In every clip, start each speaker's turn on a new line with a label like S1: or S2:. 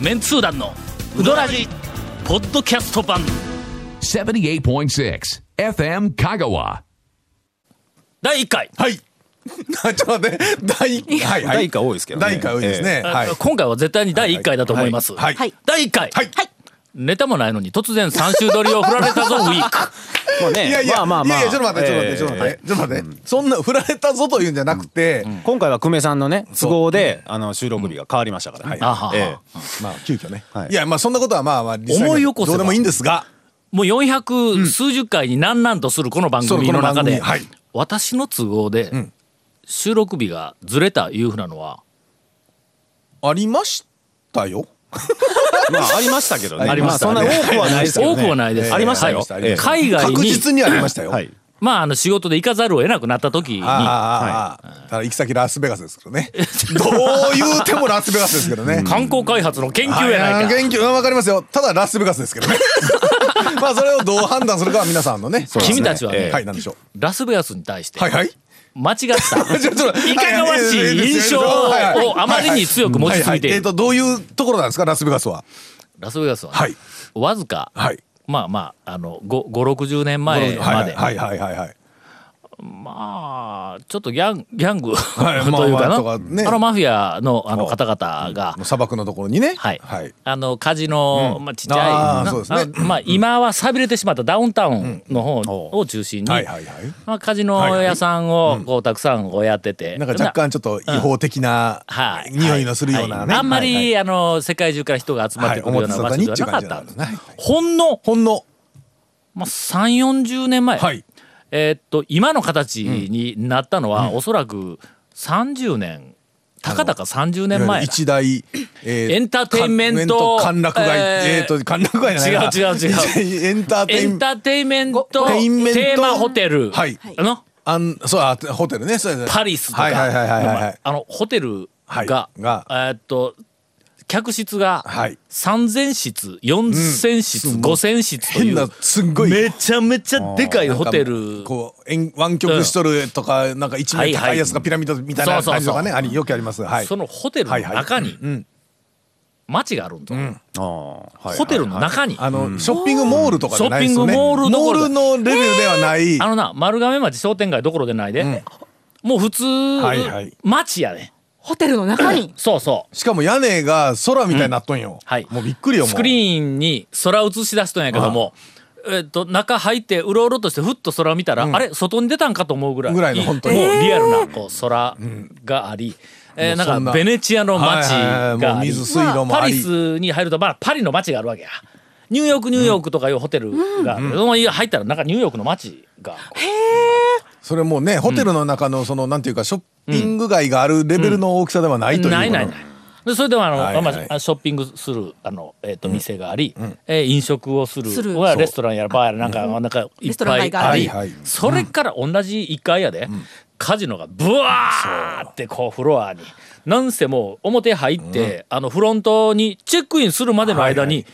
S1: メンツー団のウドラジポッドキャスト版
S2: 78.6 FM Kagawa.
S1: 第1回、
S3: はい。ちょっと待って、第一回。
S4: 第一回多いですけどね
S3: 第一回多いですね。
S1: あ
S3: はい。
S1: 今回は絶対に第1回だと思います、
S3: はい。はい。
S1: 第1回、
S3: はい
S1: ネタもないのに突然3週撮りを振られたぞウィーク
S4: まあね
S3: いやいや、
S4: まあまあまあ
S3: いやいや、ちょっと待って、ちょっと待って、ちょっと
S4: え
S3: 待って、ちょっと待って。そんな、振られたぞというんじゃなくて、
S4: ー今回は久米さんのね都合で、あの収録日が変わりましたからね、
S1: あはは
S4: え
S3: まあ、急遽ね
S4: は。い
S3: いや、まあ、そんなことはまあまあ、実際に
S1: 思い起こせば
S3: どうでもいいんですが、
S1: もう400数十回になんなんとするこの番組の中
S3: そ
S1: で、
S3: うこの番組はい
S1: 私の都合で収録日がずれたいうふうなのは
S3: ありましたよ。
S4: えまあありましたけど ね
S3: ありましたね
S4: あそんな多くはないですけど、
S1: 多
S4: ね、
S1: くはないです、
S3: ええ
S4: ありましたよ
S1: はい
S3: ありました
S1: 海外に
S3: 確実にありましたよ。
S4: はい
S1: まああの仕事で行かざるを得なくなった時に
S3: ああああ、ああだから行き先ラスベガスですけどね。どう言うてもラスベガスですけどね。
S1: 観光開発の研究やないか、
S3: 元気はわかりますよ。ただラスベガスですけどね。まあそれをどう判断するかは皆さんのね。
S4: うですね
S1: 君たちはね、
S4: ええ
S3: はい、なんでしょう。
S1: ラスベガスに対して
S3: はいはい。
S1: 間違った、
S3: ちょちょ
S1: いかがわしい印象をあまりに強く持ちすぎてい
S3: はいはいえっ
S1: る
S3: と、どういうところなんですか、ラスベガスは。
S1: ラスベガスは、ね
S3: はい
S1: わずか、
S3: はい。
S1: まあまああの5 60年前ま
S3: はい
S1: で、
S3: はいはいはいはい。
S1: まあちょっとギャンギャング
S3: はい
S1: というかな、あ
S3: まあまあとかね
S1: のマフィアのあの
S3: あ
S1: 方々が、
S3: もう砂漠のところにね。
S1: はい
S3: はい。
S1: あのカジノ、まあ、ちっちゃい
S3: あー
S1: な
S3: そうですね
S1: あまあ、今は寂れてしまったダウンタウンの方
S4: うん
S1: を中心に、
S3: はいはいはい。
S1: まあ、カジノ屋さんをこうたくさんこうやってて、
S3: なんか若干ちょっと違法的な
S1: はい、
S3: 匂いのするようなね。
S1: はいあんまり、
S3: はいはい
S1: あの世界中から人が集まってくるような場所ではなかったんです、
S3: はい表沙汰にっていう感じなんですね
S1: ほんの、
S3: ほんの。
S1: まあ、3 4 0年前、
S3: はい。
S1: えーっと今の形になったのは、おそらく30年たかだか30年前
S3: 一大、え
S1: エンターテインメント
S3: 観楽街、
S1: えー
S3: えっと、観楽街じゃないな
S1: 違う違う違
S3: う。エンターテ
S1: エ
S3: イ
S1: ン
S3: ン
S1: ターテインメント
S3: テインメント
S1: テーマホテル、
S3: はい
S1: あの
S3: あん、そう、あホテルね、そうです
S1: パリスとか、
S3: はいはいはいはいはいはい。
S1: あのホテルが,、
S3: はいが
S1: えーっと客室が
S3: はい
S1: 3000室4000室、5000室とい
S3: 変な
S1: う、
S3: すんごい。
S1: めちゃめちゃでかいホテル
S3: こう、円湾曲しとるとか、なんか一面高いやつ
S1: はいは
S3: が
S1: い
S3: ピラミッドみたいな感じとかね、
S1: そうそうそう
S3: ありよくあります。はい。
S1: そのホテルの中に街があるんと、
S4: あーはい
S1: ホテルの中に、
S3: あの、ショッピングモールとかじゃないですよね。
S1: ショッピングモールどころ
S3: モールのレベルではない。
S1: あのな丸亀町商店街どころでないで、もう普通、
S3: はいはい
S1: 街やね
S5: ホテルの中に
S1: そうそう
S3: しかも屋根が空みたいになっとんよ。
S1: はい
S3: もうびっくりよ、もう。
S1: スクリーンに空映し出しとんやけどもえっと中入ってうろうろとしてふっと空見たら、あれ外に出たんかと思うぐらい
S3: ぐらいの本当に
S1: もうリアルなこう空があり、えー
S3: もう
S1: な
S3: そ
S1: ん
S3: ん
S1: か
S3: な
S1: ベネチアの街
S3: はいはいはい
S1: が
S3: も
S1: あ
S3: う
S1: り
S3: 水水路も
S1: パ
S3: あ
S1: リ
S3: り。
S1: スに入るとまあパリの街があるわけやニューヨークニューヨークとかいうホテルがある、うん入ったらなんかニューヨークの街が
S3: それもうね、ホテルの中のその、なんていうか、ショッピング街があるレベルの大きさではないという。
S1: ないないない。でそれでもあの、
S3: はいはい
S1: まあまあ、ショッピングするあの、えー、と店があり、えー飲食をする
S5: する
S1: はレストランやらバーやらなんか,、なんかい
S5: レ
S1: っ
S5: ストラ
S1: ぱ
S5: ン
S1: い
S5: 街が
S1: あ
S5: あ
S1: り、
S3: りはいはい
S1: それから同じ1階やで、カジノがブワーってこうフロアになんせもう表入って、あのフロントにチェックインするまでの間に、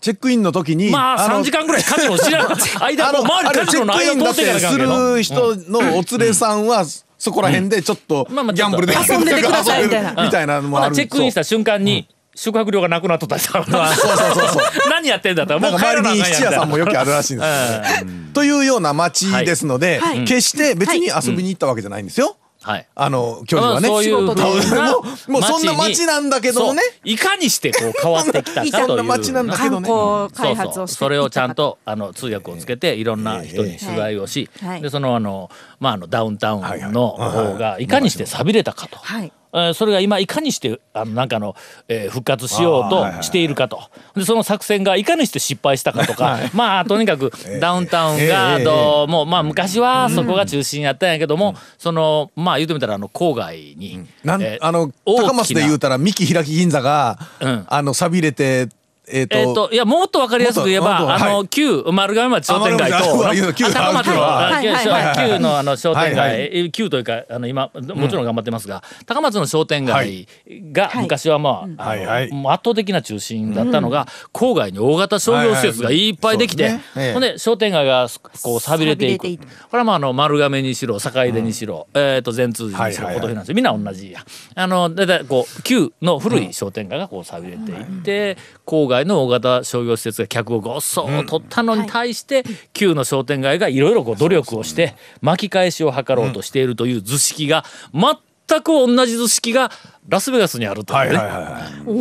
S3: チェックインの時に、
S1: まあ
S3: の
S1: 3時間ぐらいカジノを知らん間
S3: あ
S1: こう
S3: の、
S1: 周りカジノの
S3: あれチェックイン
S1: 間
S3: だ
S1: 通
S3: っ
S1: っていかなきゃい
S3: てす
S1: けないの
S3: る人のお連れさんは、そこら辺でちょっと、ギ
S1: まあまあちょ
S3: ャ
S1: っと
S3: ンブルで
S5: 遊んでてくださいみたいな
S3: 遊んでるみたいなのもあ
S1: ほ
S3: る
S1: なチェックインした瞬間に宿泊料がなくなっとったりしたから
S3: そうそうそうそう。
S1: 何やってんだとも
S3: な
S1: うん
S3: か
S1: 帰らな
S3: 周
S1: あかん
S3: りに
S1: やん
S3: 質屋さんもよくあるらしいんですよね。というような街ですので、
S5: はいはい
S3: 決して別に遊びに行ったわけじゃないんですよ。
S1: はい
S3: あの、距離はね。
S1: そういう
S3: もうもうそんな街なんだけどもね。
S1: そういかにしてこう変わってきたかという
S3: そんな街なんだけど
S5: 観
S3: ね
S5: 光開発をしていった
S1: そうそうそれをちゃんとあの通訳をつけていろんな人に取材をし、
S5: はい
S1: でそのあの,、まあ、あのダウンタウンの方がいかにして寂れたかと、
S5: はい
S1: えーそれが今いかにしてあのなんかの、えー復活しようとしているかと、でその作戦がいかにして失敗したかとか、 まあとにかくダウンタウンが
S3: ええ
S1: どうも、まあ、昔はそこが中心やったんやけども、そのまあ言うてみたらあの郊外に、
S3: なん
S1: えー
S3: あの
S1: 大きな
S3: 高松で言うたら三木開き銀座が、
S1: うん
S3: あの錆びれてえっ、
S1: えっ
S3: と
S1: と、いや、もっとわかりやすく言えば、
S3: もっともっと
S1: あ
S3: は
S1: の、旧丸亀町商店街と、
S3: あ丸亀町
S1: あ高松の
S3: はい
S5: はいはい
S1: あ旧旧のあの商店
S3: はいはい
S1: 街、旧というか、あの、今、もちろん頑張ってますが、高松の商店
S3: は
S1: 街
S3: い
S1: が
S5: はい
S1: 昔はまあ、
S3: はい
S1: あ
S3: は
S1: の
S3: い
S1: もう圧倒的な中心だったのが、郊外に大型商業施設がいっぱいでき
S3: は
S1: て
S3: いはいそうですねえ、え
S1: ほんで、商店街がこう、錆びれていく
S5: 錆びれて。
S1: これはまあ、あの、丸亀にしろ、坂出にしろ、えっと、善通寺にしろ、
S3: はい
S1: 琴
S3: はいはい
S1: 平なんですよみんな同じや。あの、だいたいこう、旧の古い商店街がこう錆びれていて、郊外の大型商業施設が客をごっそー取ったのに対して、旧の商店街がいろいろこう努力をして、巻き返しを図ろうとしているという図式が、全く同じ図式がラスベガスにあると
S3: はいいう
S1: ね。
S3: はいは
S5: お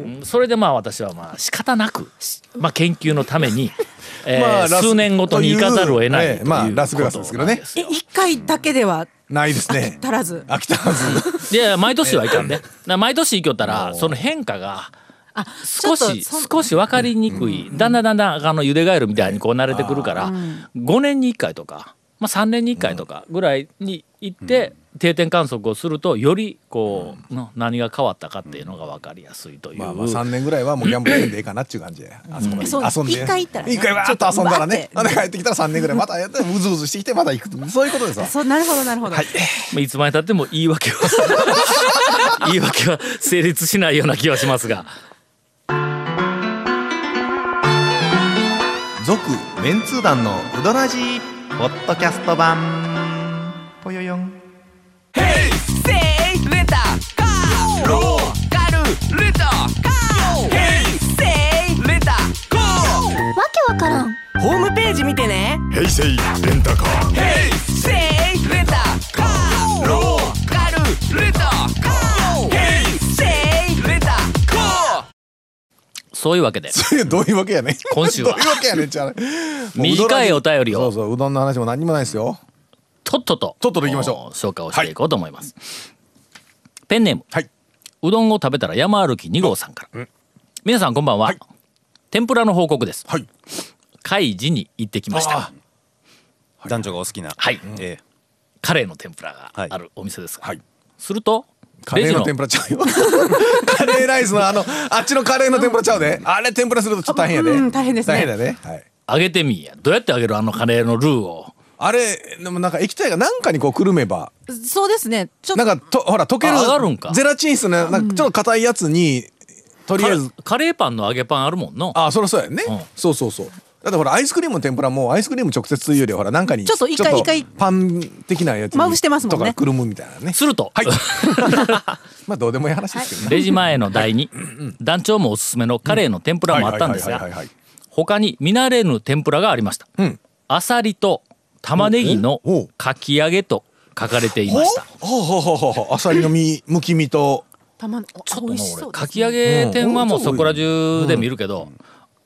S5: お。
S1: それでまあ私はまあ仕方なく、まあ、研究のため に、え
S3: い。
S1: ー
S3: ラス
S1: 数年ごとに行かざるを得ない
S3: ええ
S1: という
S3: まあラスベガスですけどね。
S5: え一回だけでは
S3: ないですね。
S5: 足らず。
S3: 飽きたはず。
S1: いやいや毎年はいかんで、な毎年行きよったらその変化が
S5: あ、
S1: 少
S5: ちょっ
S1: し
S5: とそん
S1: 少し分かりにくい、だんだんだんだんあのゆでガエルみたいにこう慣れてくるから、5年に1回とか、まあ、3年に1回とかぐらいに行って、定点観測をするとよりこう、の何が変わったかっていうのが分かりやすいという。
S3: まあまあ三年ぐらいはもうギャンブルせんでええかなっていう感じで。あそこまで
S5: そう
S3: 遊んで。
S5: 一回行ったらね
S3: 一回わーっと遊んだらね。
S5: ちょっと
S3: で帰ってきたら三年ぐらいま たやってうずうずしてきてまた行くとそういうことですわ。
S5: そうなるほどなるほ ど。
S1: まあ、いつまでたっても言い訳は言い訳は 成立しないような気はしますが
S6: 続メンツー団のウドラジーポッドキャスト版ぽよよん
S1: そういうわけで
S3: どういうわけやねん。
S1: 今週は
S3: どういうわけやねん じゃあ。
S1: 短いお便りを
S3: そうそううどんの話も何にもないですよ。
S1: とっとと
S3: とっとと行きましょう
S1: お紹介をしていこうと思います、ペンネーム
S3: はい。
S1: うどんを食べたら山歩き2号さんから、皆さんこんばんは、
S3: はい
S1: 天ぷらの報告です
S3: はい。
S1: 海事に行ってきました
S3: あ
S4: 男女がお好きな。
S1: はい
S4: ええ
S1: カレーの天ぷらが
S4: はい
S1: あるお店ですが、
S3: はい
S1: すると
S3: カレー
S1: レ
S3: の
S1: ジ
S3: 天ぷらちゃうよ。 カレーライスのあのあっちのカレーの天ぷらちゃうで。あれ天ぷらするとちょっと大変やで。
S5: うん大変ですね
S3: 大変だね。はい。
S1: 揚げてみいやどうやって揚げるあのカレーのルーを
S3: あれでもなんか液体がなんかにこうくるめば
S5: そうですね。ちょっ
S3: なん
S5: と
S3: かとほら溶ける
S1: あ上がるんか
S3: ゼラチン質のなんかちょっと硬いやつにとりあえず
S1: カカレーパンの揚げパンあるもんの
S3: あそりゃそうやね、
S1: うん
S3: そうそうそうだってほらアイスクリームの天ぷらもアイスクリーム直接というよりはほらなんかに
S5: ちょっと一回一回
S3: パン的なやつに
S5: まぶしてますもんね
S3: とかくるむみたいなね
S1: すると、
S3: はい まあどうでもいい話ですけどね、
S1: レジ前の台に団長もおすすめのカレーの天ぷらもあったんです
S3: はいはいはい
S1: が
S3: はいはい
S1: 他に見慣れぬ天ぷらがありました
S3: うん
S1: あさりと玉ねぎの
S3: おお
S1: かき揚げと書かれていました
S3: ほうほうほうほうほうあさりの身むき身と
S5: たまにお
S1: ちょっと
S5: 美
S1: もう
S5: 味しそう
S1: 俺
S5: ですね
S1: かき揚げ店はもうそこら中で見るけど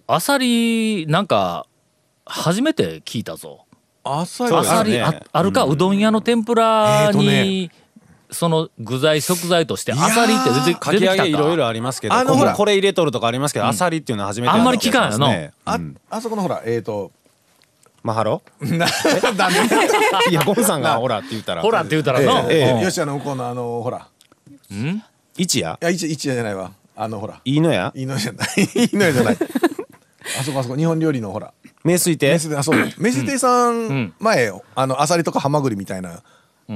S1: あさりなんか初めて聞いたぞ
S3: あさ
S4: そう
S1: あ
S4: ですね
S1: さりああるかうどん屋の天ぷらにその具材食材としてあさりって出て
S4: か
S1: 出
S4: き
S1: て
S4: 揚
S1: きた
S4: げいろい
S1: んか
S4: ろありますけど、
S3: あの
S4: こ
S3: ほ
S4: こ
S3: ら
S4: これ入れとるとかありますけど、あさりっていうのは初めて
S1: あんまり聞かんよな
S4: やった気が
S3: あ
S4: しますね
S3: あそこのほらえっ、ー、と
S4: マハロ
S3: だね
S4: いやゴンさんがほらって言ったら
S1: ほらって言うたらの
S4: ええ
S1: うん
S3: よしあの向こうのあのほら
S4: 一夜
S3: いや一一じゃないわあのほら
S4: いいのや
S3: いいのじゃない いいのじゃないあそこあそこ日本料理のほら
S4: 名水
S3: 名
S4: 亭
S3: 水あそう飯亭さ
S1: ん
S3: ん前あのアサリとかハマグリみたいな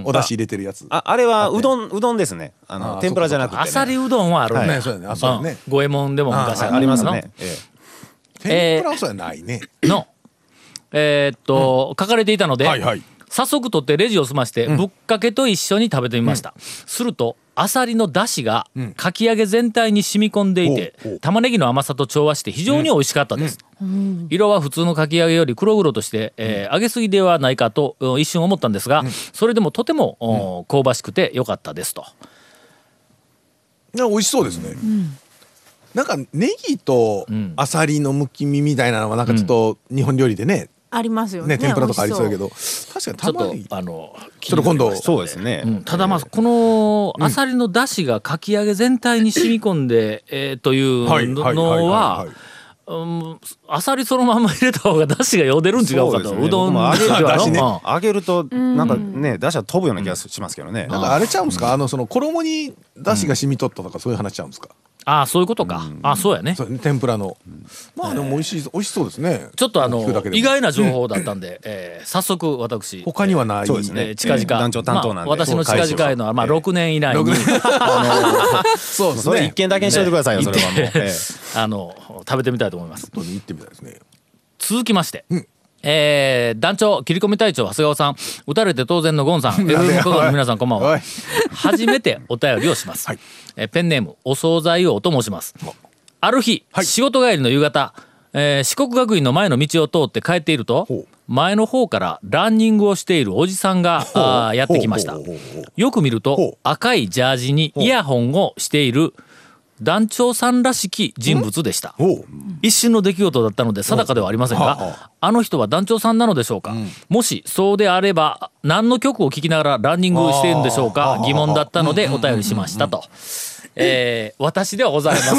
S3: お出汁入れてるやつ
S4: ああれはうどんうどんですねあの
S3: あー
S4: 天ぷらじゃなくてね
S1: あさりうどんはある
S3: はい
S1: ね。
S3: ねそうだねあそうだね
S1: ん五右衛門でも昔
S4: はいありますね。ええ
S3: 天ぷらはそうじゃないね
S1: の、えーっと、書かれていたので、
S3: はいはい
S1: 早速取ってレジを済まして、ぶっかけと一緒に食べてみました。すると、あさりの出汁がかき揚げ全体に染み込んでいて、
S3: ほうほう
S1: 玉ねぎの甘さと調和して非常に美味しかったです。色は普通のかき揚げより黒々として、えー揚げすぎではないかとうん一瞬思ったんですが、それでもとてもお香ばしくて良かったですと。
S3: いや美味しそうですねなんかネギとアサリのむき身みたいなのはなんかちょっと日本料理でね
S5: ありますよね。
S3: ね天ぷらとかありそうやけ
S5: 美味し
S3: ど確
S1: ちょっ
S3: かに玉
S1: と
S3: ねぎ
S1: あの
S3: ちょっと今度
S4: そうですね、
S1: うんただまあこのアサリの出汁がかき揚げ全体に染み込んで、えーという
S3: はいはいはいはい
S1: のは
S3: はい
S1: うんアサリそのまま入れた方が出汁がよでるん違う
S4: そ
S1: か
S4: で
S1: と
S4: す
S1: う,、
S4: ね
S1: どん
S4: 僕も揚げ
S1: では
S4: だ
S1: の
S4: しね
S1: まあ
S4: 揚げるとなんかね出汁は飛ぶような気がしますけどね、
S3: なんかあれちゃうんすかあのその衣に出汁が染みとったとかそういう話ちゃうんすか
S1: ああそういうことか、ああそうやね
S3: そうね天ぷらの。まあでも美味しい美味しそうですね。
S1: ちょっとあの
S3: 聞くだけでも
S1: 意外な情報だったんで、えー早速私
S3: 他にはない。
S4: そうです
S1: え
S4: ね
S1: ー近
S4: えー
S1: 々、
S4: 団長担当なんで
S1: まあ、私の近々へのは、まあ、6年以内に、
S3: そうです
S4: それ
S3: ね
S4: 一。件だけにしといてくださいよ、それはもう。ええ
S1: あの食べてみたいと思います
S3: ちょっと行ってみたいですね。
S1: 続きまして、えー団長切り込み隊長長谷川さん打たれて当然のゴンさん FM 香川の皆さんこんばん
S3: お。
S1: はい 初めてお便りをします、
S3: はい
S1: えーペンネームお惣菜王と申しますある日、仕事帰りの夕方、えー四国学院の前の道を通って帰っていると
S3: ほう
S1: 前の方からランニングをしているおじさんがあーやってきました
S3: ほうほうほうほう
S1: よく見る
S3: ほ
S1: と
S3: う
S1: 赤いジャージにイヤホンをしている団長さんらしき人物でした
S3: おう。
S1: 一瞬の出来事だったので定かではありません
S3: うんはあは
S1: があの人は団長さんなのでしょうか、もしそうであれば何の曲を聴きながらランニングしているんでしょうか疑問だったのでお便りしましたと。えー私ではございま せん。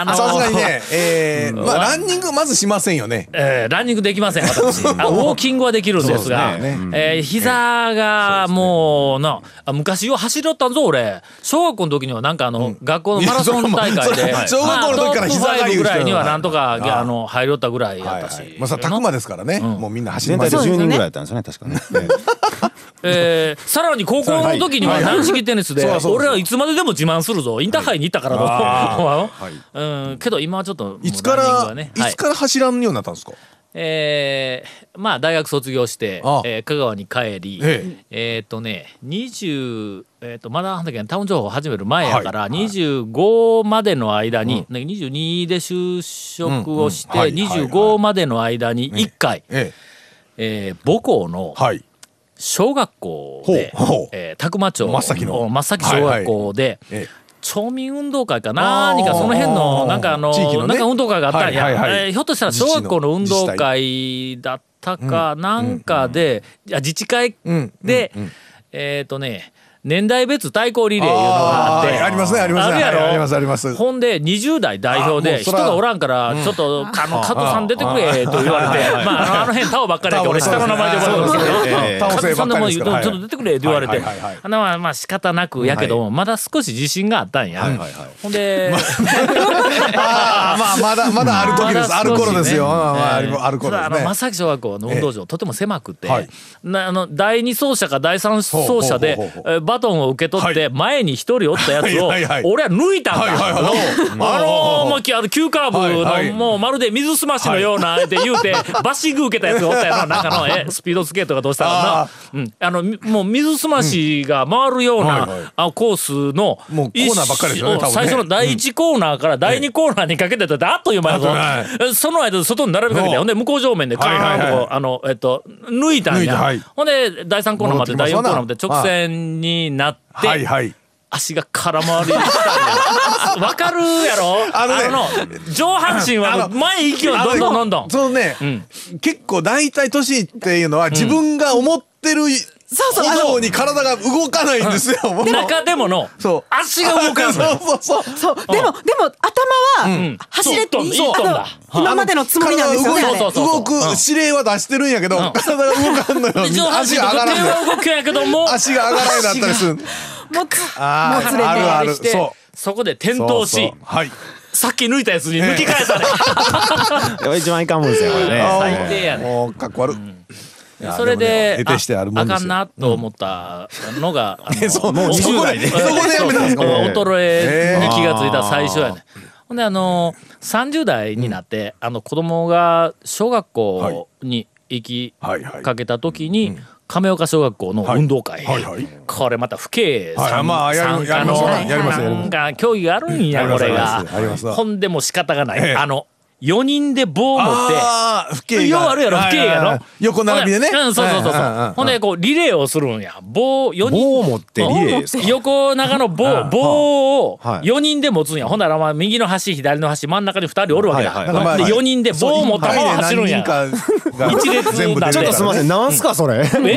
S1: あのー
S3: さすがにね、えーまあランニングまずしませんよね。
S1: えーランニングできません 私あウォーキングはできるんですが
S4: そうですね
S1: えー膝がもうなあ昔よ走りよったんぞ俺小学校の時にはなんかあの、学校のマラソン大会
S3: い
S1: で
S3: やそれは小学校の時から膝が
S1: まあトップファイブぐらいにはなんとか
S3: ああ
S1: あの入りよったぐらいや
S3: は
S1: っ
S3: い
S1: た
S3: は
S1: し、
S3: い。まあさ、たくまですからね。もうみんな走り
S4: 全
S3: ま
S4: 体
S3: す
S4: で
S5: そうです
S4: 10
S5: よね
S4: 人ぐらいだったんですよね、確かね。ええ
S1: えーさらに高校の時には軟式テニスで
S3: はいはいそうそうそう
S1: 俺はいつまででも自慢するぞインターハイに行ったからと、 うん、けど今はちょっともう
S3: いつか
S1: ランニングは
S3: ら、
S1: ね
S3: い
S1: はい
S3: つから走らんようになったんですか。
S1: えーまあ大学卒業して
S3: ああ
S1: えー香川に帰り
S3: え
S1: えっ、とね20、えー、とまだなんだっけなタウン情報始める前やから、25までの間に、なんか22で就職をして、
S3: うんうんはいはいはい
S1: 25までの間に1回、
S3: え
S1: えー母校の
S3: え。はい。
S1: 小学校で
S3: ほうほう、
S1: えー、宅間町
S3: 真っ先の
S1: 真っ先小学校で、
S3: え
S1: 町民運動会か
S3: あー
S1: 何かその辺のなんかあの
S3: 地域のね
S1: なんか運動会があったんや、
S3: はいはいはい
S1: えーひょっとしたら小学校の運動会だったかなんかで、いや自治会で、
S3: ん
S1: えっ、とね年代別対抗リレーいうのがあって
S3: あーありますねありますね
S1: あるやろ
S3: はいありますあります
S1: ほんで20代代表
S3: あも
S1: で
S3: うそ
S1: 人
S3: ら
S1: がおらんからちょっと、あの加藤さん出てくれと言われてまああのあの辺タオばっかりやけど俺下の名前で呼ばれてますけど
S4: そうですねええ
S3: 倒せばっかり
S1: 加
S3: ですから。
S1: 藤さんでもちょっと出てくれって言われて、
S3: はいはいはいはい
S1: あのまあまあ仕方なくやけども、まだ少し自信があったんや、
S4: はいはいはい
S1: ほんで、
S3: ああ、まあ、まだ、まだある時です。ある頃ですよ。まあまああ
S1: ええ
S3: るある頃で
S1: た
S3: す
S1: だあ
S3: ね
S1: の。正木小学校の運動場、とても狭くて、
S3: はい
S1: なあの第二走者か第三走者で
S3: ほうほうほうほ
S1: えーバトンを受け取って、前に一人おったやつを
S3: はいはいはい
S1: 俺は抜いたんだ、
S3: はいはいはい
S1: うんあのーもうきあの急カーブの、
S3: はいはい
S1: もうまるで水すましのようなって言うて、バッシング受けたやつがおったやろ中のえスピードスケートがどうしたか
S3: あ
S1: な、うん、あのみもう水すましが回るような、
S3: うんはいはい
S1: あのコースの
S3: もうコーナーばっかりですよね
S1: 一
S3: 多分ね
S1: 最初の第一コーナーから第二コーナーにかけてたってあっという間やぞ、
S3: あっと
S1: その間外に並びかけて
S3: お
S1: ほんで向こう正面でカ
S3: はいはいは
S1: ーン
S3: い
S1: とこうあのえっと抜いたん
S3: 抜い
S1: や、
S3: たはい
S1: ほんで第三コーナーまで第四コーナーまで
S3: 戻ってきま
S1: 直
S3: すわな
S1: 線になって、
S3: はいはい。
S1: 足が空回りしたんやわかるやろ
S3: あのね
S1: の上半身はもう前行きをどんどんどんどん
S3: そのね、結構大体年っていうのは自分が思ってる以
S5: そうそうあの
S3: 上に体が動かないんですよ。もう
S1: 中でもの
S3: そう
S1: 足が動かんのよ
S3: そうそうそう。
S5: そう、でも、でも、頭は、走れって、
S1: そうそう
S5: あ
S1: そう
S5: の
S1: だ
S5: 今までのつもりなんですよね。
S1: 体
S5: あ
S1: は動いそ
S5: れ
S1: うそうそう
S3: 動く指令は出してるんやけど、体が動かんのよ。
S1: で上半身
S3: 足
S1: と
S3: が
S1: か
S3: 上が
S1: 手
S3: らんのよ。
S1: は動くんやけども
S3: 足が上がらんようになったりする。
S5: もうつ、
S3: あ
S5: もう連れて
S3: あるある。
S1: して
S3: そ
S1: そこで転
S3: う。
S1: 倒し
S3: そうそうはい。
S1: さっき抜いたやつに抜き返され、
S4: これ一番いかんもんですよ、これね。
S3: あー
S1: 最低やね
S3: もうかっこ悪い。いや
S1: それ
S3: もね
S1: で
S3: 得てしてあるもんですよ
S1: かんなと思ったの が、あの
S3: そうもう
S1: そこ
S3: 20代でそこでやめたん ですか
S1: そう
S3: え
S1: 衰
S3: え
S1: えに気がついた最初やねほんであの30代になって、あの子供が小学校に行き
S3: はいはい
S1: かけた時に、亀岡小学校の運動会、
S3: はいはいはい
S1: これまた父兄
S3: はい
S1: 参
S3: まあや
S1: 参
S3: りや
S1: 加
S3: りま
S1: の
S3: す
S5: ねやりますね
S1: なんか競技があるんやこれが
S3: ありますわ
S1: ほんでもう仕方がない、
S3: ええ
S1: あの4人で棒を持って
S3: ああ、不景
S1: ようあるやろ、不景やろ。
S3: 横並びでね。
S1: ほんうん、そうそうそうそ
S3: んんん
S1: う。ほんで、こう、リレーをするんや。棒、4人。
S4: 棒を持ってリレーですか
S1: 横長の 棒、棒を
S4: はい
S1: 4人で持つんや。ほんなら、まあ、右の端、左の端、真ん中に2人おるわけだ。
S4: はい
S3: はいはい
S1: ほんで、4人で棒を持ったまま走るんや。
S3: そう一回で何人かが
S1: 一列
S3: 全部
S1: なんで
S4: ちょっとすみません、なんすか そ
S1: え
S4: れ。棒
S5: 私も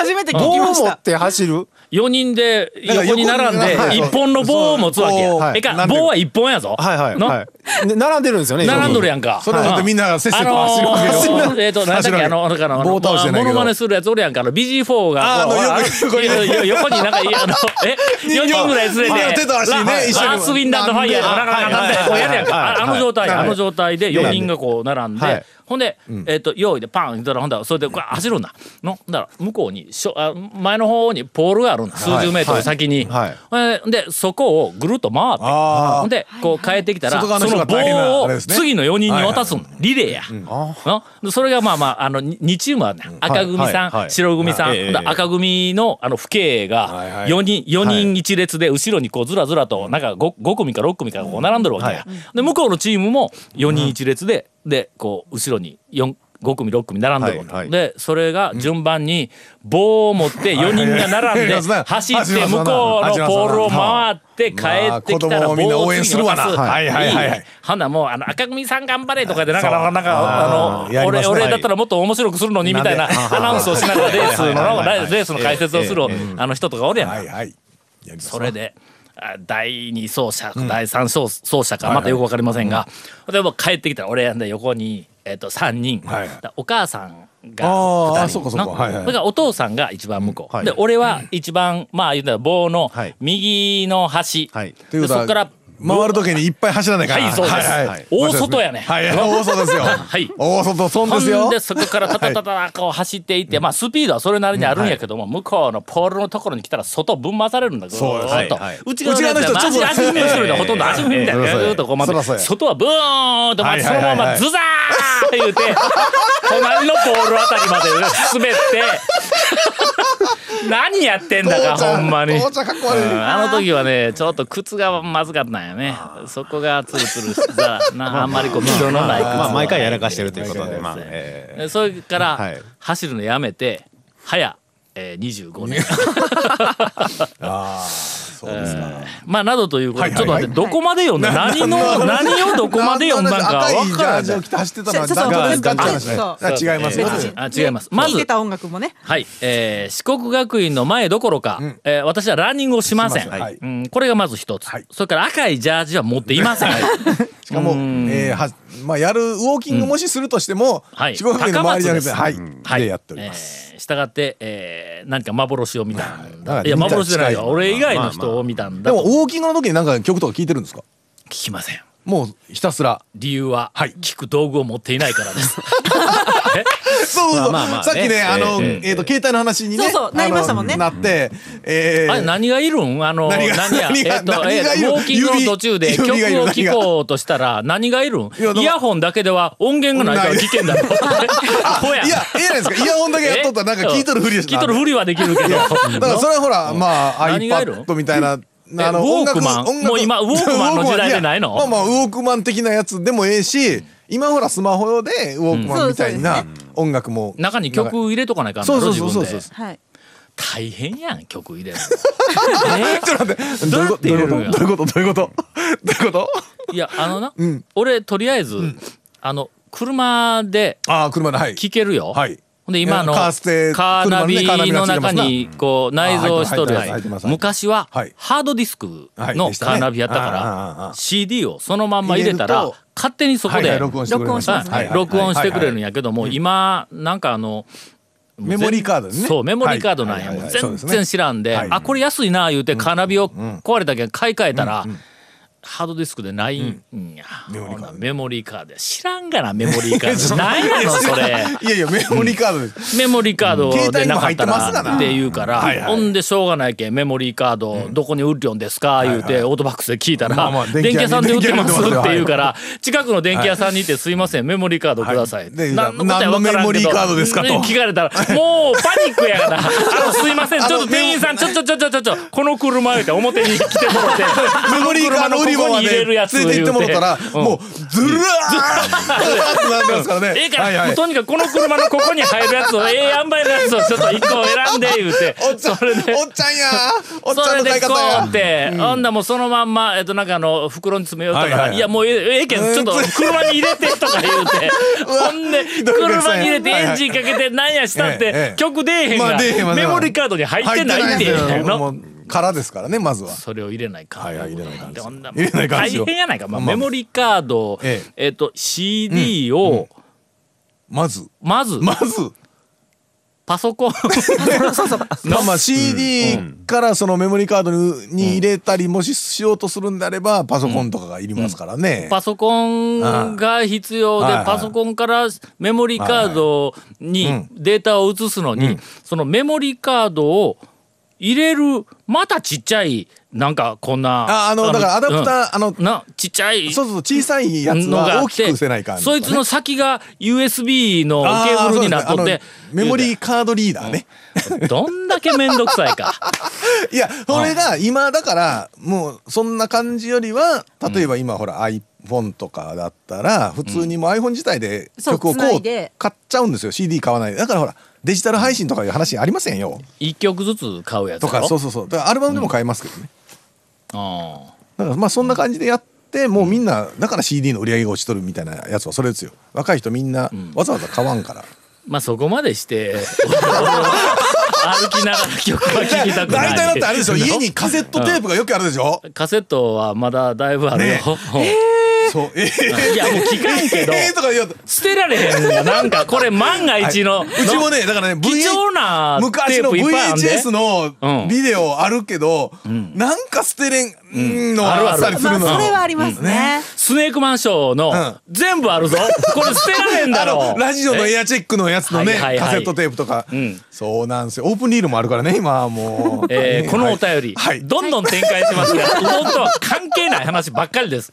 S5: 初めて聞きまし
S4: 持
S5: た
S4: っ。て走る
S1: 4人で
S3: なんか
S1: 横に並んで
S3: 横に並んで
S1: 1本の棒を持つわけや
S3: そう。
S1: えか
S3: なんで
S1: 棒は1本やぞ。
S4: はいはい
S1: の
S4: はいね並んでるんですよね
S1: 並んどる
S4: や
S1: やんか。
S3: それはだってみんなせっせと走るわけよ
S1: あのーえっと、なんだっ
S3: 走るわ
S1: け、
S3: け
S1: あの、なんかあの、
S3: 棒倒してないけ
S1: モ
S3: ど
S1: ノマネするやつおるやんか、あの、BG4 が、
S3: あー
S1: こう
S3: あの
S1: あの
S3: 横に横に
S1: よよ横になんか、いやあ の、え、4人ぐらい連れて、
S3: まあ手と足ね
S1: ラ
S3: 一緒に
S1: ラースウィンダーとファイヤー
S3: は
S1: の、
S3: い
S1: なんか、なんかなんかこうやるやんか。
S4: はい
S1: ああの状態、
S3: はい
S1: あの状態で4人がこう並ん
S4: は
S1: で
S4: い、
S1: ほんで、えっと、用意でパン言ったら、ほんだら、それで、こう走るんだ。の、だから、向こうに、しょあ前の方にポールがあるんだ。数十メートル先に。
S4: はい
S1: えーで、そこをぐるっと回って、
S3: あー
S1: ほんで、こう帰ってきたら、
S3: 外側
S1: そ
S3: の人
S1: の
S3: が大変な
S1: 棒
S3: あ
S1: を
S3: れですね
S1: 次の4人に渡すんだリレーや。のそれがまあまあ、あの、に2チームはね、赤組さ
S4: はいは
S1: ん、
S4: い
S1: 白組さ
S4: はいえ
S1: ん、
S4: え
S1: だ赤組の、あの、父兄
S3: はい
S1: が、
S3: はい
S1: 4人、四人一列で、後ろにこう、ずらずらと、なんか 5, 五組か6組か、こう、並んでるわけや。で、向こうのチームも4人一列で、で、こう、後ろに4、5組6組並んでるわけ、
S4: はいはい
S1: でそれが順番に棒を持って4人が並んで
S3: はいはい
S1: 走って向こうのポールを回って帰ってきたら
S3: ま
S1: 棒
S3: あ子供をみんな
S1: を
S3: 応援するわな
S1: 次に渡す
S3: はいはいはいはい
S1: ほんならもうあの赤組さん頑張れとかで なんかなんかなんかあ
S3: や
S1: の
S3: ります
S1: 俺
S3: ね
S1: 俺だったらもっと面白くするのにみたいな アナウンスをしながらレ ースの
S4: はいはいはい
S1: レースの解説をする
S4: えええ
S1: あの人とかおるやん
S3: はい
S1: か。
S3: はいやります
S1: それであ第2走者、第3走走者かまたよく分かりませんが、でも帰ってきたら俺やんで横に、えっと3人、
S3: はいはい
S1: だお母さんが
S3: あー
S1: 2人
S3: そうかそうか
S1: な
S3: はいはい
S1: だからお父さんが一番向こう、
S4: はい
S1: で俺は一番まあ言うたら棒の
S4: はい
S1: 右の端、
S4: はい
S3: という
S1: で
S3: こと
S1: そ
S3: は
S1: こから
S3: 回る時にいっぱい走らないから
S1: はいそうです大外やね
S3: はいはい大外ですよ
S1: はい
S3: 大外そん
S1: ほ
S3: で
S1: ん
S3: すよ
S1: でそこからタタタタこう走っていって、まあスピードはそれなりにあるんやけども、向こうのポールのところに来たら外ぶん回されるんだぐ
S3: そう
S1: ーっと、
S4: はいはい
S1: 内側のやつは
S3: 内側の人ちょっと
S1: 足足踏みするのほとんど足踏みみたいな、
S4: ええええ
S1: ずーっとこう回って
S3: そらそうや
S1: 外はブーンと回ってそのま
S3: はいはいはい
S1: ま
S3: はい
S1: ズザーって言うて隣のポールあたりまで滑って何やってんだかほんまに。
S3: 父ちゃんかっこ悪い
S1: うんあの時はねちょっと靴がまずかったんやねそこがツルツルしてたなあんまりこう色のない靴
S4: まあ毎回やらかしてるということで
S1: そう
S4: まあ
S1: ですね
S4: え
S1: えそれから、
S4: はい
S1: 走るのやめて早、えー、25年
S3: ああそうですか
S1: まあなどということで、
S3: はいはいはい
S1: ちょっと待ってどこまで読んだ何
S3: な
S1: の何をどこまで読んだんか
S3: 赤い
S1: 分
S3: ジ
S1: か
S3: ャー
S1: ら
S3: ジ
S1: な
S3: を
S1: い
S3: 着て走ってたのは
S5: そうそう
S3: ダン
S5: そう
S3: ガンって話ね
S5: そう
S3: あ違います
S1: え
S3: ね
S1: ーあ違いますまず
S5: 聴いてた音楽もね。
S1: はい、えー四国学院の前どころか、えー私はランニングをしません
S3: しませんはい
S1: うん、これがまず一つ、
S3: はい
S1: それから赤いジャージは持っていません、
S3: しかもえーはまあやるウォーキングもしするとしても
S1: はい
S3: 四国県の周りじゃなくて
S1: 高
S3: はい
S1: はい
S3: でやっておりま
S1: え
S3: す
S1: ー従って、えー何か幻を見たんだ、
S3: はい
S1: いや
S3: 見た
S1: 幻じゃない
S3: 近
S1: よ
S3: い
S1: 俺以外の人を見たんだ
S3: で
S1: と
S3: もウォーキングの時になんか曲とか聴いてるんですか
S1: 聞きません
S3: もうひたすら
S1: 理由は、聞く道具を持っていないからです。
S3: そうそうそう
S4: まあまあまあね
S3: さっきね、あの、
S4: え
S3: え
S4: ー
S3: っと、携帯の話にね。
S5: そうそうなりましたもんね
S3: あのなって、え
S1: あれ
S3: ー、
S1: 何がいるんあの、何
S3: 何が
S1: や、
S3: 何が
S1: えっと、
S3: 何
S1: えっ
S3: がいる
S1: と、ウォーキングの途中で
S3: 指
S1: 曲を
S3: 指がいる
S1: 聴こうとしたら何がいるん
S3: いやだから
S1: イヤホンだけでは音源がないから
S3: ない
S1: 危険 だろ。ほや。
S3: いや、ええやないですか。イヤホンだけやっとったら、なんか聞いとるふりで
S1: え
S3: す
S1: 聞いとるふりはできるけど。
S3: だからそれはほら、まあ、
S1: 何がいる
S3: iPad みたいな。
S1: え
S3: あの
S1: ウォークマン
S3: 音楽音楽
S1: もう今ウォーク マンの時代でないの
S3: やまあまあ、ウォークマン的なやつでもええし、今ほらスマホでウォークマンみたいな音楽も。
S1: 中に曲入れとかないかんだ
S3: そ
S1: ろ
S3: うそう
S1: 自
S3: そう
S1: 分
S3: そう
S1: で。
S5: はい。
S1: 大変やん、曲入れる の。
S3: ちょっと待って、どういう
S1: どうやっ
S3: ことどういう
S1: て入れるんや
S3: ことどういうことどういうこと
S1: いや、あのな、俺、とりあえず、あの、車で
S3: ああ、車で、はい。
S1: 聴けるよ。
S3: はい。
S1: ほんで今の
S3: いやカーステ
S1: カーナビの中にこう内蔵しとる
S3: あ入
S1: や
S3: ってます入ってま
S1: つ
S3: す
S1: 昔は
S3: はい
S1: ハードディスク
S3: はい
S1: の
S3: でした
S1: カ
S3: ね
S1: ーナビやったか
S3: あああああ
S1: ら
S3: あ
S1: CD ををそのまんま入れた
S3: 入
S1: ら
S3: れると
S1: 勝手にそこ
S3: はいは
S1: で
S3: い録音してくれる
S5: 録音しますね
S3: はいはい
S1: 録音してくれるん
S3: はいはい
S1: やけども今なんかあの
S3: メモリーカードですね
S1: そうメモリーカードなんや
S3: はい
S1: も
S3: は
S1: う
S3: いはい
S1: 全然知らんで
S3: はい
S1: あこれ安いな言うてカーナビを壊れたけん買い替えたらハードディスクでないんや
S3: メモリーカード
S1: ほなメモリーカードや知らんがなメモリーカード何やのそれ
S3: いやいや、メモリーカードで す。
S1: メモリーカードでなかった
S3: 携帯にも入ってますが
S1: ら
S3: な
S1: って言うから、
S3: はいはい
S1: ほんでしょうがないけんメモリーカードどこに売るんですか言うて、オートバックスで聞いたら、
S3: まあまあ電
S1: 電
S3: 気屋
S1: 気屋さんで売ってますっ
S3: 電
S1: て
S3: 気屋に売ってますよ
S1: 言うから、近くの電気屋さんに行って「すいませんメモリーカードください」
S3: はいで
S1: 何のことや分からんけど
S3: 何のメモリーカードですかと
S1: 聞かれたらもうパニックや がなあのすいませんちょっと店員さんちょちょちょちょちょちょこの車言うて表に来てもらって
S3: メモリーカード売り場まで連れて行ってもらったら、
S1: うん
S3: もう、ずるーってなってますからね。
S1: ええから、
S3: はいはい
S1: とにかくこの車のここに入るやつ を、ええ塩梅のやつをちょっと一個選んで、言うて。
S3: おっちゃん、お
S1: それで。
S3: っちゃんやーおっち
S1: そ
S3: ゃ
S1: れ
S3: んの買
S1: で
S3: い
S1: こ
S3: 方
S1: う
S3: や
S1: って、あんなもうそのまんま、えっと、なんかあの、袋に詰めようとか、
S3: はいいはいはい
S1: や、もうええええけん、ちょっと車に入れてとか言う て、ほんで、
S3: どいお客さ
S1: 車
S3: んや
S1: に入れて
S3: はい
S1: エ
S3: は
S1: ン
S3: い
S1: ジンかけてなんやしたっ
S3: ええ
S1: て
S3: え、え
S1: 曲出えへん
S3: ま
S1: が
S3: あ出えへん、わな
S1: メモリーカードに入ってないっていう
S3: 入ってないんだ
S1: の
S3: よもう。からですからねまずは
S1: それを入れないか
S3: はいはい入れない感じ
S1: でほんな
S3: 入れない感じよ
S1: 大変やないか、まあ、
S3: まあ
S1: メモリーカード、え
S3: え
S1: っ、と CD を、
S3: まず
S1: まず、
S3: まず
S1: パソ コン
S3: まあまあ CD からそのメモリーカードにに入れたりもししようとするんであればパソコンとかがいりますからね、
S1: パソコンが必要
S3: はい
S1: で
S3: はい
S1: パソコンからメモリーカードにデータを移すのに、そのメモリーカードを入れるまたちっちゃいなんかこんな
S3: ああのだからアダプター、あの
S1: うんなちっちゃい
S3: そうそう小さいやつ
S1: のがあ
S3: は
S1: っ
S3: 大きく
S1: て
S3: せない感じ、
S1: そいつの先が USB のケーブルになっとっ
S3: あーそう
S1: て
S3: ですねあのメモリーカードリーダーね、
S1: どんだけ面倒くさいか
S3: いやそれが今だからもうそんな感じよりは例えば今ほら iPhone とかだったら普通にもう iPhone 自体で
S5: そう
S3: 曲を
S5: 繋
S3: こ
S5: いうで
S3: 買っちゃうんですよ CD 買わないでだからほらデジタル配信とかいう話ありませんよ
S1: 一曲ずつ買うやつ
S3: と
S1: や
S3: か
S1: ろ
S3: そうそうそうだからアルバムでも買えますけどね、
S1: あ
S3: だからまあそんな感じでやってもうみんなだから CD の売り上げが落ちとるみたいなやつはそれですよ若い人みんなわざわざ買わんから、
S1: ーまあそこまでして 俺は歩きながら曲は聴きた くない
S3: 大体だってあれですよ家にカセットテープがよくあるでしょ、
S1: カセットはまだだいぶあるよ、
S3: ねそうえー
S1: いやもう聞かんけど
S3: えーとか言うと
S1: 捨てられへんがなんかこれ万が一の、
S3: うちもねだからね
S1: 貴
S3: VH
S1: 重な
S3: 昔
S1: テー
S3: の
S1: プいっぱいあんで
S3: VHS
S1: う
S3: の
S1: ん
S3: ビデオあるけど、なんか捨てれんうんの
S1: あるある
S3: あったりす
S5: ま
S3: る
S5: あ
S3: の
S5: それ
S3: よ。
S5: はありますね。
S1: スネークマンションの、
S3: ん
S1: 全部あるぞこれ捨てられへんだ
S3: あ
S1: ろ
S3: のラジオのエアチェックのやつの
S1: え
S3: ね、
S1: はいはいはい
S3: カセットテープとか、
S1: ん
S3: そうなんですよオープンリールもあるからね今はもう、
S1: えー
S3: ね
S1: このお便り、
S3: はい、はい
S1: どんどん展開しますが、うどんとは関係ない話ばっかりです。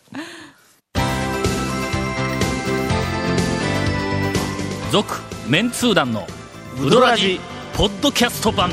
S1: 続メンツー団のウドラジポッドキャスト版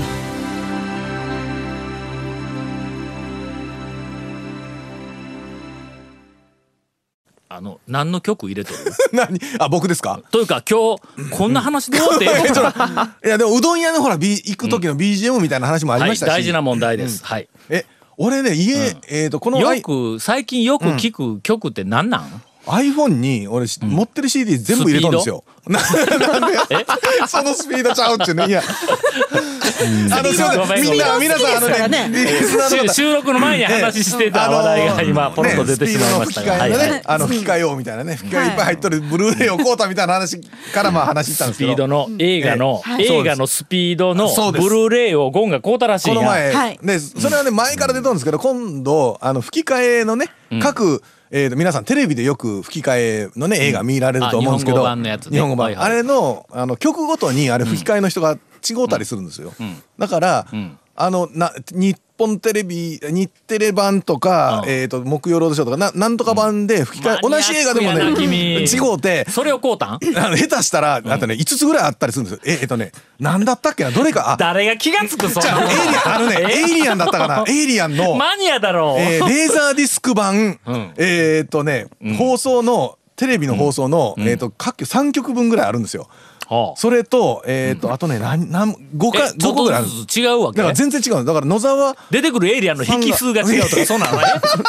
S1: あの何の曲入れとる
S3: 何あ僕ですか
S1: というか今日こんな話どうってええのかな
S3: いやでもうどん屋のほら、B、行く時の BGM みたいな話もあり
S1: は
S3: ま
S1: い
S3: したし、
S1: 大事な問題です、はい
S3: え俺ね家、えっ、とこの
S1: よく最近よく聞く曲って何なん、
S3: iPhone に俺、持ってる CD 全部入れたんですよ。ななんで そのスピードちゃうっていうね。いや。あの、すいま
S1: ごめ
S3: せ
S1: ん
S3: ん。みんな、
S5: ごめん
S3: 皆さん、あの
S5: スピード好きですから
S3: ね、
S5: ね
S3: リスナーの
S1: 収
S3: 方。
S1: 収録の前に話してた話題が今ポロッと出てしまいましたが、
S3: ね、スピードの吹き替えのね、
S1: はいはい
S3: あの吹き替えようみたいなね吹き替えいっぱい入っとる、ブルーレイをこうたみたいな話からまあ話したんで
S1: ス
S3: す
S1: ピ
S3: け
S1: ー
S3: ど
S1: ドの映画の、
S3: ええ
S1: 映画のスピードの
S3: そう
S1: ブ
S3: です
S1: ルーレイをゴンが買うたらしい
S3: こ
S1: んや
S3: の前、
S5: はい
S3: ね、それはね前から出たんですけど、今度あの吹き替えのね、各、えーと皆さんテレビでよく吹き替えのね映画見られると思うんですけど、
S1: あ日本語版のやつね
S3: 日本語版
S1: はいはい
S3: あれのあの曲ごとにあれ吹き替えの人が違うたりするんですよ、だから、
S1: ん
S3: あのな日本テレビ日テレ版とか、
S1: うん
S3: えー、と木曜ロードショーとかななんとか版で吹き替え、
S1: マニアック
S3: 同
S1: やな
S3: じ映画でもね
S1: 君
S3: 違うて
S1: それを買うたん
S3: あの下手したらあとね5つぐらいあったりするんですよえっ、えーとね何だったっけなどれかあ
S1: 誰が気がつくそん
S3: じゃ
S1: な
S3: あ、エイリアン、あのね、エイリアンだったか な、エイリアンの、
S1: マニアだろう、
S3: えーレーザーディスク版、
S1: ん
S3: えーっとね、放送の、テレビの放送の、えーっと、各局3曲分ぐらいあるんですよ。
S1: はあ
S3: それと、えーっと、あとね、なん、なん、5
S1: え
S3: か、
S1: ちょっ
S3: 五個ぐらいあ
S1: と
S3: るんです。
S1: ずつ違うわけ
S3: だから全然違うんです。だから野沢、
S1: 出てくるエイリアンの匹数が違うとかそんなの ね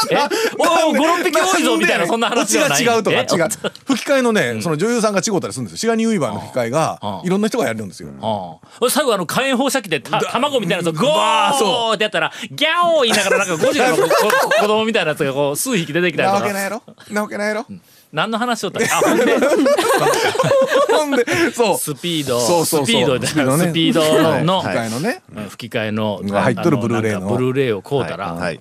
S1: えおお56匹多いぞみたいなそんな話じゃない
S3: オチが違うとか違
S1: え
S3: う。吹き替えのね、その女優さんが違うたりするんですよ。シガニー・ウィーバーの吹き替え
S1: あ
S3: が
S1: あ、
S3: いろんな人がやるんですよ。
S1: うん、最後あの火炎放射器でた卵みたいなやつをゴーってやったらギャオー言いながらなんかゴジラ のここ子供みたいなやつがこう数匹出てきたり
S3: な
S1: と
S3: わけな
S1: か
S3: いやろなわけないやろ
S1: 何の話しと ったっけあほんで
S3: ほんで、そう。
S1: スピード
S3: そうそうそう
S1: スピードで
S3: スピードね
S1: スピードの
S3: 吹き替えのね。
S1: うん吹き替えの
S3: が入っとるブルーレイの
S1: あなんかブルーレイを買うたら、
S4: はい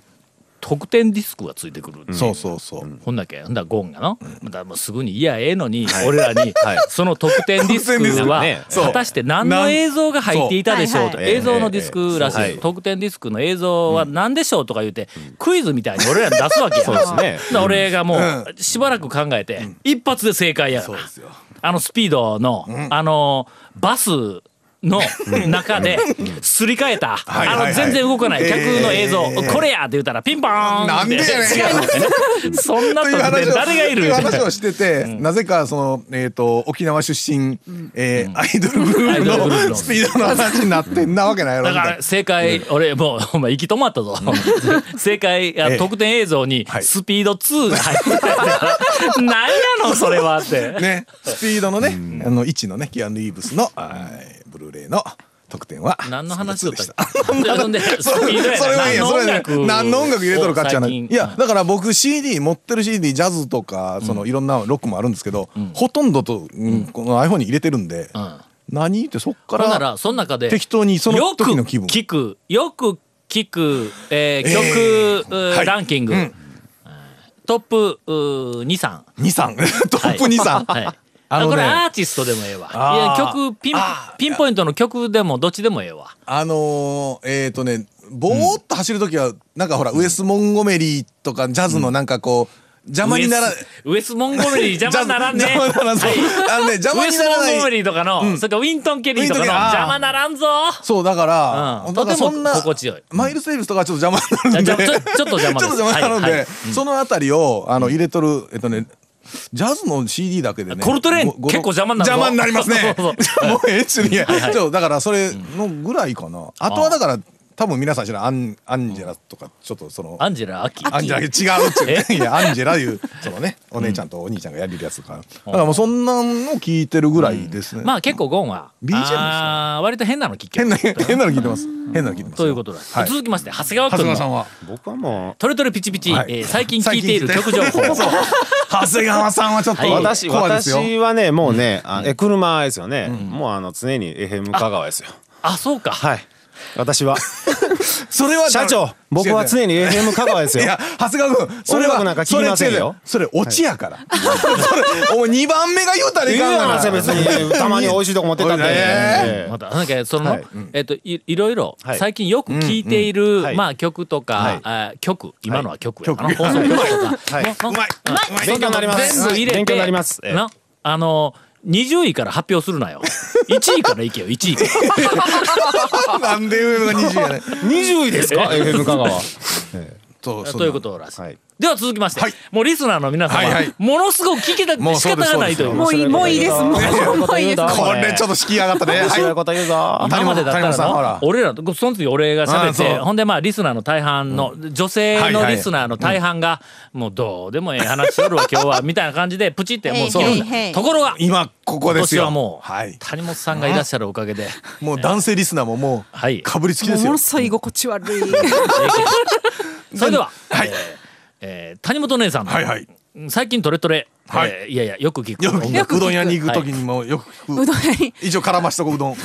S1: 特典ディスクがついてくる、
S3: そうそうそう。
S1: ほんだけほんだらゴンがの、だからもうすぐに「いやええのに、俺らに、その特典ディスクでは、
S4: 特典ディスクね
S1: 果たして何の映像が入っていたでしょうと
S4: そう
S1: 映像のディスクらしい、
S4: はい
S1: 特典ディスクの映像は何でしょうとか言うて、クイズみたいに俺らに出すわけやそう
S4: ですね
S1: 俺がもう、しばらく考えて、一発で正解やからあのスピードの、あのバスの中ですり替えた、
S3: いはいはい
S1: あの全然動かない客の映像、
S3: えー
S1: これやって言ったらピンポーン
S3: なんでやねん
S1: 違いますそんな
S3: と
S1: とこ
S3: いう
S1: で
S3: 話を
S1: 誰がい
S3: と
S1: る
S3: いう話をしてて、なぜかその、えー、と沖縄出身、えーアイドルグループ
S1: アイドルグループの
S3: のスピードの話になってんなわけないやろ
S1: だ
S3: み
S1: か
S3: たい
S1: ら正解、俺もうお前行き止まったぞ正解あ
S3: ええ
S1: 特典映像に
S3: はい
S1: スピード2が入ってたから何やのそれはって
S3: な。ね、スピードのね、あの1のねキアヌ・リーブスの、あーブルーレイの特典は
S1: 何の話だったっ
S3: そ
S1: けそんでス
S3: う
S1: ピードや
S3: それはいいやそれはいいや何の音楽入れとるかっちゃない
S1: 最
S3: い
S1: 近
S3: やだから僕 CD 持ってる CD ジャズとかそのいろんなロックもあるんですけど、ほとんどと、うん、この iPhone に入れてるんで、
S1: ん
S3: 何ってそっ
S1: ほ
S3: か
S1: んな
S3: ら
S1: らその中で
S3: 適当にその時の気分
S1: よく聞くよく聞く、えー曲、うー
S3: はい
S1: ランキング、
S3: うん
S1: トップ23
S3: 23 トップ23、
S1: はい、
S3: あのね
S1: これアーティストでもええわいや
S3: あー
S1: 曲ピン
S3: あー
S1: ピンポイントの曲でもどっちでもええわ
S3: あのー、えっ、ー、とねぼーっと走る時は、なんかほらウエス・モンゴメリーとかジャズのなんかこう邪魔にな
S1: ウ
S3: ら
S1: エスウエス・モンゴメ リー邪魔にならんね
S3: ジャズ邪魔ならんぞあのね邪魔
S1: ウエ
S3: に
S1: ス・
S3: なら
S1: モンゴ
S3: な
S1: メ
S3: い
S1: リーとかの、それからウィントン・ケリーとかの
S3: ウィントンケリーあー
S1: 邪魔なら んぞ
S3: そうだから、
S1: うん
S3: だか
S1: と
S3: ら
S1: ても
S3: そんな
S1: 心地よい
S3: マイルス・デイビスとかはちょっと邪魔になるん
S1: じゃ
S3: で
S1: あちょちょっと邪魔です
S3: ちょっと邪魔になるんで、
S1: はいはい
S3: そのあたりをあの入れとるえっとねジャズの CD だけでね
S1: コルトレーン
S3: ごご
S1: 結構邪魔になるぞ
S3: 邪魔になります ね
S1: そうそう
S3: もうええっちゅうに
S1: いはい
S3: ちょっとだからそれのぐらいかな、あとはだから多分皆さん知らんアンアンジェラとかちょっとその、
S1: アンジェラ・アキ
S3: アンジェラ違うっちゅうねいやアンジェラいうそのねお姉ちゃんとお兄ちゃんがやるやつとか、だからもうそんなの聞いてるぐらいですね、
S1: まあ結構ゴンは
S3: BGM ですね
S1: あー割と変なの聞け
S3: 変な変なの聞いてます変なの聞いてます
S1: ということだ、
S3: はい
S1: 続きまして長谷川
S3: 長
S1: 君
S3: 谷
S1: の
S3: 川さんは
S4: 僕はも
S1: トレトレピチピチ、
S3: はい
S1: えー最近聴いている曲情報
S3: そう長谷川さんはちょっと
S1: はいう
S4: 私
S3: コアですよ
S4: 私はねもうねあえ車ですよねもうあの常に FM 香川ですよ
S1: あそうか、
S4: はい 私は
S3: それは
S4: 社長僕は
S3: に
S4: 常に FM 香川です
S3: い
S4: よ
S3: や長谷川君それ
S4: 音楽なんか
S3: は
S4: 聞きませんよ
S3: それ違うそれオチやからそれお2番目が言うたらい
S4: 言う
S3: かん
S4: や
S3: が
S4: な
S3: な
S4: せ別にたまに美味しいとこ持ってったんで
S3: おいね
S4: え
S1: ま
S4: え
S1: たなんかその、
S4: はい
S1: えっといいろいろ
S4: はい
S1: 最近よく聴いている、
S4: はい
S1: まあ曲とか、
S4: はい
S1: あー曲今のは曲やな、
S3: はい
S1: 放
S3: 曲
S1: 送局とか、
S4: はいう
S1: まいう
S3: まい
S4: 勉強になります
S1: 全部入れて、
S4: 勉強になりますええ
S1: なあの20位から発表するなよ1位からいけよ1位から
S3: なんで FM が20やねん
S4: 20位ですか FM 香川
S3: そうそ
S1: と
S3: んな
S1: いうことらしい、
S4: はい
S1: では続きまして、
S3: はい
S1: もうリスナーの皆様、
S3: はいはい
S1: ものすごく聞きたく
S3: も
S1: て
S3: う
S1: 仕
S3: そう
S1: 方
S3: です
S1: がないという
S5: もういいもういいですもうもういいです
S3: これちょっと敷き上がったね
S4: 面白い
S3: は
S4: こと言うぞ
S1: 今までだった
S3: 谷本さんほ
S1: ら
S3: ら
S1: の俺らとその時俺が喋っ
S3: あ
S1: て
S3: あそう
S1: ほんでまあリスナーの大半の女性
S3: はい
S1: の
S3: はい
S1: リスナーの大半がもうどうでもええ話しとる わ今日はみたいな感じでプチってもう切るんだ
S5: へいへいへい
S1: ところが
S3: い
S1: 今
S3: 今ここです
S1: 年
S3: よ
S1: はも
S3: は
S1: う
S3: い
S1: 谷本さんがいらっしゃるおか げで
S3: もう男性リスナーもも
S1: はい
S3: うかぶりつき
S5: も
S3: で
S5: う
S3: す
S5: も
S3: よ
S5: のすごい居心地悪い
S1: それではえーえー谷本姉さんの
S3: はいはい
S1: 最近トレトレ
S3: はい
S1: えーいやいやよく聞く
S3: よく
S1: 音楽
S3: 聞くうどん屋に行く時にもよく
S5: う
S3: 聞
S5: ど
S3: く
S5: ん屋に
S3: 一応絡ましとこううどん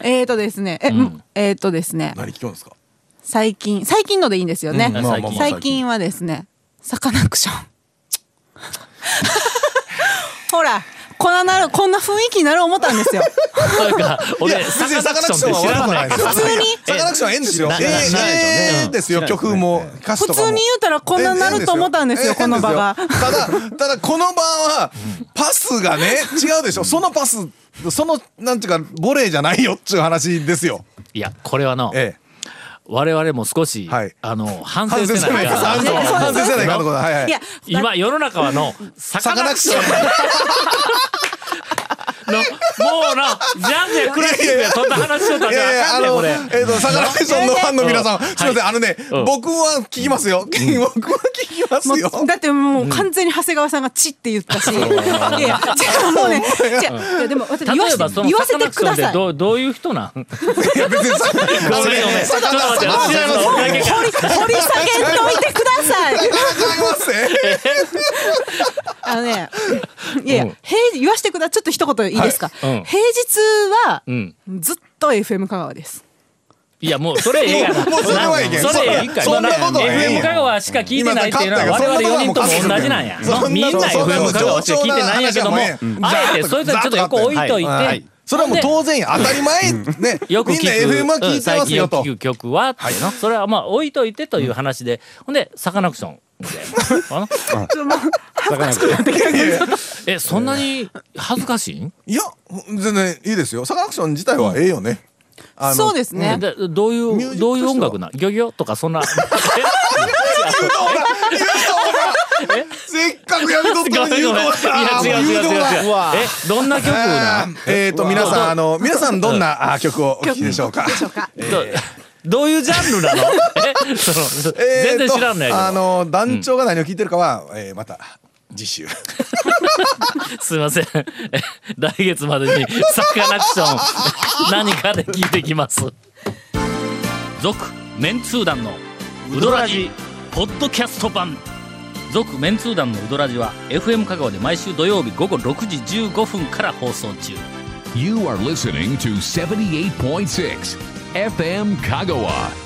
S5: えーとですねえ、うんえーとですね
S3: 何聞くんですか
S5: 最近最近のでいいんですよね、
S3: うんまあまあまあ
S5: 最近はですねサカナクションほらこんななるこんな雰囲気になる思ったんですよ
S1: というか
S3: いや
S1: 俺
S3: 別
S1: サ
S3: に
S1: カ
S3: サ
S1: ナ
S3: カ
S1: ク
S3: ナ
S1: シ
S3: クショ
S1: ョン
S3: ン
S1: っ
S3: は
S1: て知
S3: 悪
S1: らな
S3: くない
S1: から
S3: いですよサカナクションはええ
S5: 普通に
S3: んですよええ
S4: 知らない知らないでしょうね
S3: ですよ曲も歌詞
S5: 普
S3: とかも
S5: 通に言うたらこんななると思ったんですよ
S3: ええ
S5: この場が
S3: ええんですよただただこの場はパスがね違うでしょそのパスそのなんていうかボレーじゃないよっちゅう話ですよ
S1: いやこれはの
S3: え
S1: 我々も少し、
S3: はい
S1: あの反省
S3: え反省
S1: せ
S3: せ
S1: な
S3: ないい
S1: か
S3: からん反省
S5: そうそう
S3: 反省せないかんのことはいはい
S5: いや
S1: 今世の中はの
S3: サ
S1: サ
S3: カ
S1: カナ
S3: ナク
S1: ク
S3: シ
S1: シ
S3: ョ
S1: ョ
S3: ン
S1: ンのもうなジャズやクラシックやそんな話しとったら
S3: いやいや
S1: あか
S3: あ
S1: んねん
S3: の
S1: これ。
S3: えっとサカナクションのファンの皆さんすみませんあのね
S1: うん
S3: 僕は聞きますよ僕は聞きます
S5: も
S3: よ
S5: うだってもう完全に長谷川さんが「ち」って言ったしいやいや違うもうね違ういやでも私言わ
S1: 例え
S5: せ
S1: ば
S5: て
S1: その
S5: 言
S1: サ
S5: わせ
S1: カ
S5: て
S1: ナク
S5: く
S1: ションっ
S5: だ
S1: て
S5: さい
S1: どうどういう人なん？ごめん
S3: いや別にサカ
S1: ご
S3: ナ
S1: めん。ちょっと待って。
S3: サカナ
S1: 違います
S3: 違います
S5: 掘り掘り下げんといてください
S3: 違いますえ
S5: あ のねいやいや
S1: うん
S5: 平日言わせてくだちょっと一言いいですか、
S1: はいうん
S5: 平日は
S1: うん
S5: ずっと FM 香川です
S1: いやもうそれええやな。
S3: もうそれはいいけん
S1: それええか。
S3: そんなことはええ
S1: FM
S3: やん
S1: 香川しか聞いてないっていうのは
S3: 今
S1: 我
S3: さ
S1: 々
S3: 勝ったが
S1: 4人とも同じなんや。
S3: そんなことはもう
S1: みんな
S3: そんなこ
S1: FM 香
S3: と
S1: 川しか聞いてないんやけども、
S3: そんな
S1: あえてそいつはちょっと横置いといて。
S4: はいはい
S3: それはもう当然や当たり前ねみんな
S1: よく聞く
S3: FM は聞いてますよ
S1: う
S3: と
S1: ん最近よく聞く曲はっていうの、それはまあ置いといてという話で、ほんでサカナクショ ンであの
S4: サカナクション
S1: えそんなに恥ずかしいん
S3: いや全然いいですよサカナクション自体はええよねあの
S5: そうですね、
S1: でどうい
S3: ミュ
S1: う
S3: ージック
S1: どういう音楽なんギョギョとかそん な
S3: 言うとほら言うとほらせっかくや めとったのに言うとほら
S1: いや違う違う違う
S3: 言とほら
S1: 違うえどんな曲な
S3: あ
S1: ん
S3: ーえっと皆さんあの皆さんどんなあー曲をお聴きでしょうか
S1: どどういうジャンルなのえその
S3: えー
S1: 全
S3: と
S1: 然知らんのやけど、
S3: あの団長が何を聞いてるかは、えーまた次週
S1: すいません 来月までにサカナクション 何かで聞いてきます続メンツー団のウドラジポッドキャスト版続メンツー団のウドラジは FM 香川で毎週土曜日午後6時15分から放送中
S2: You are listening to 78.6 FM Kagawa.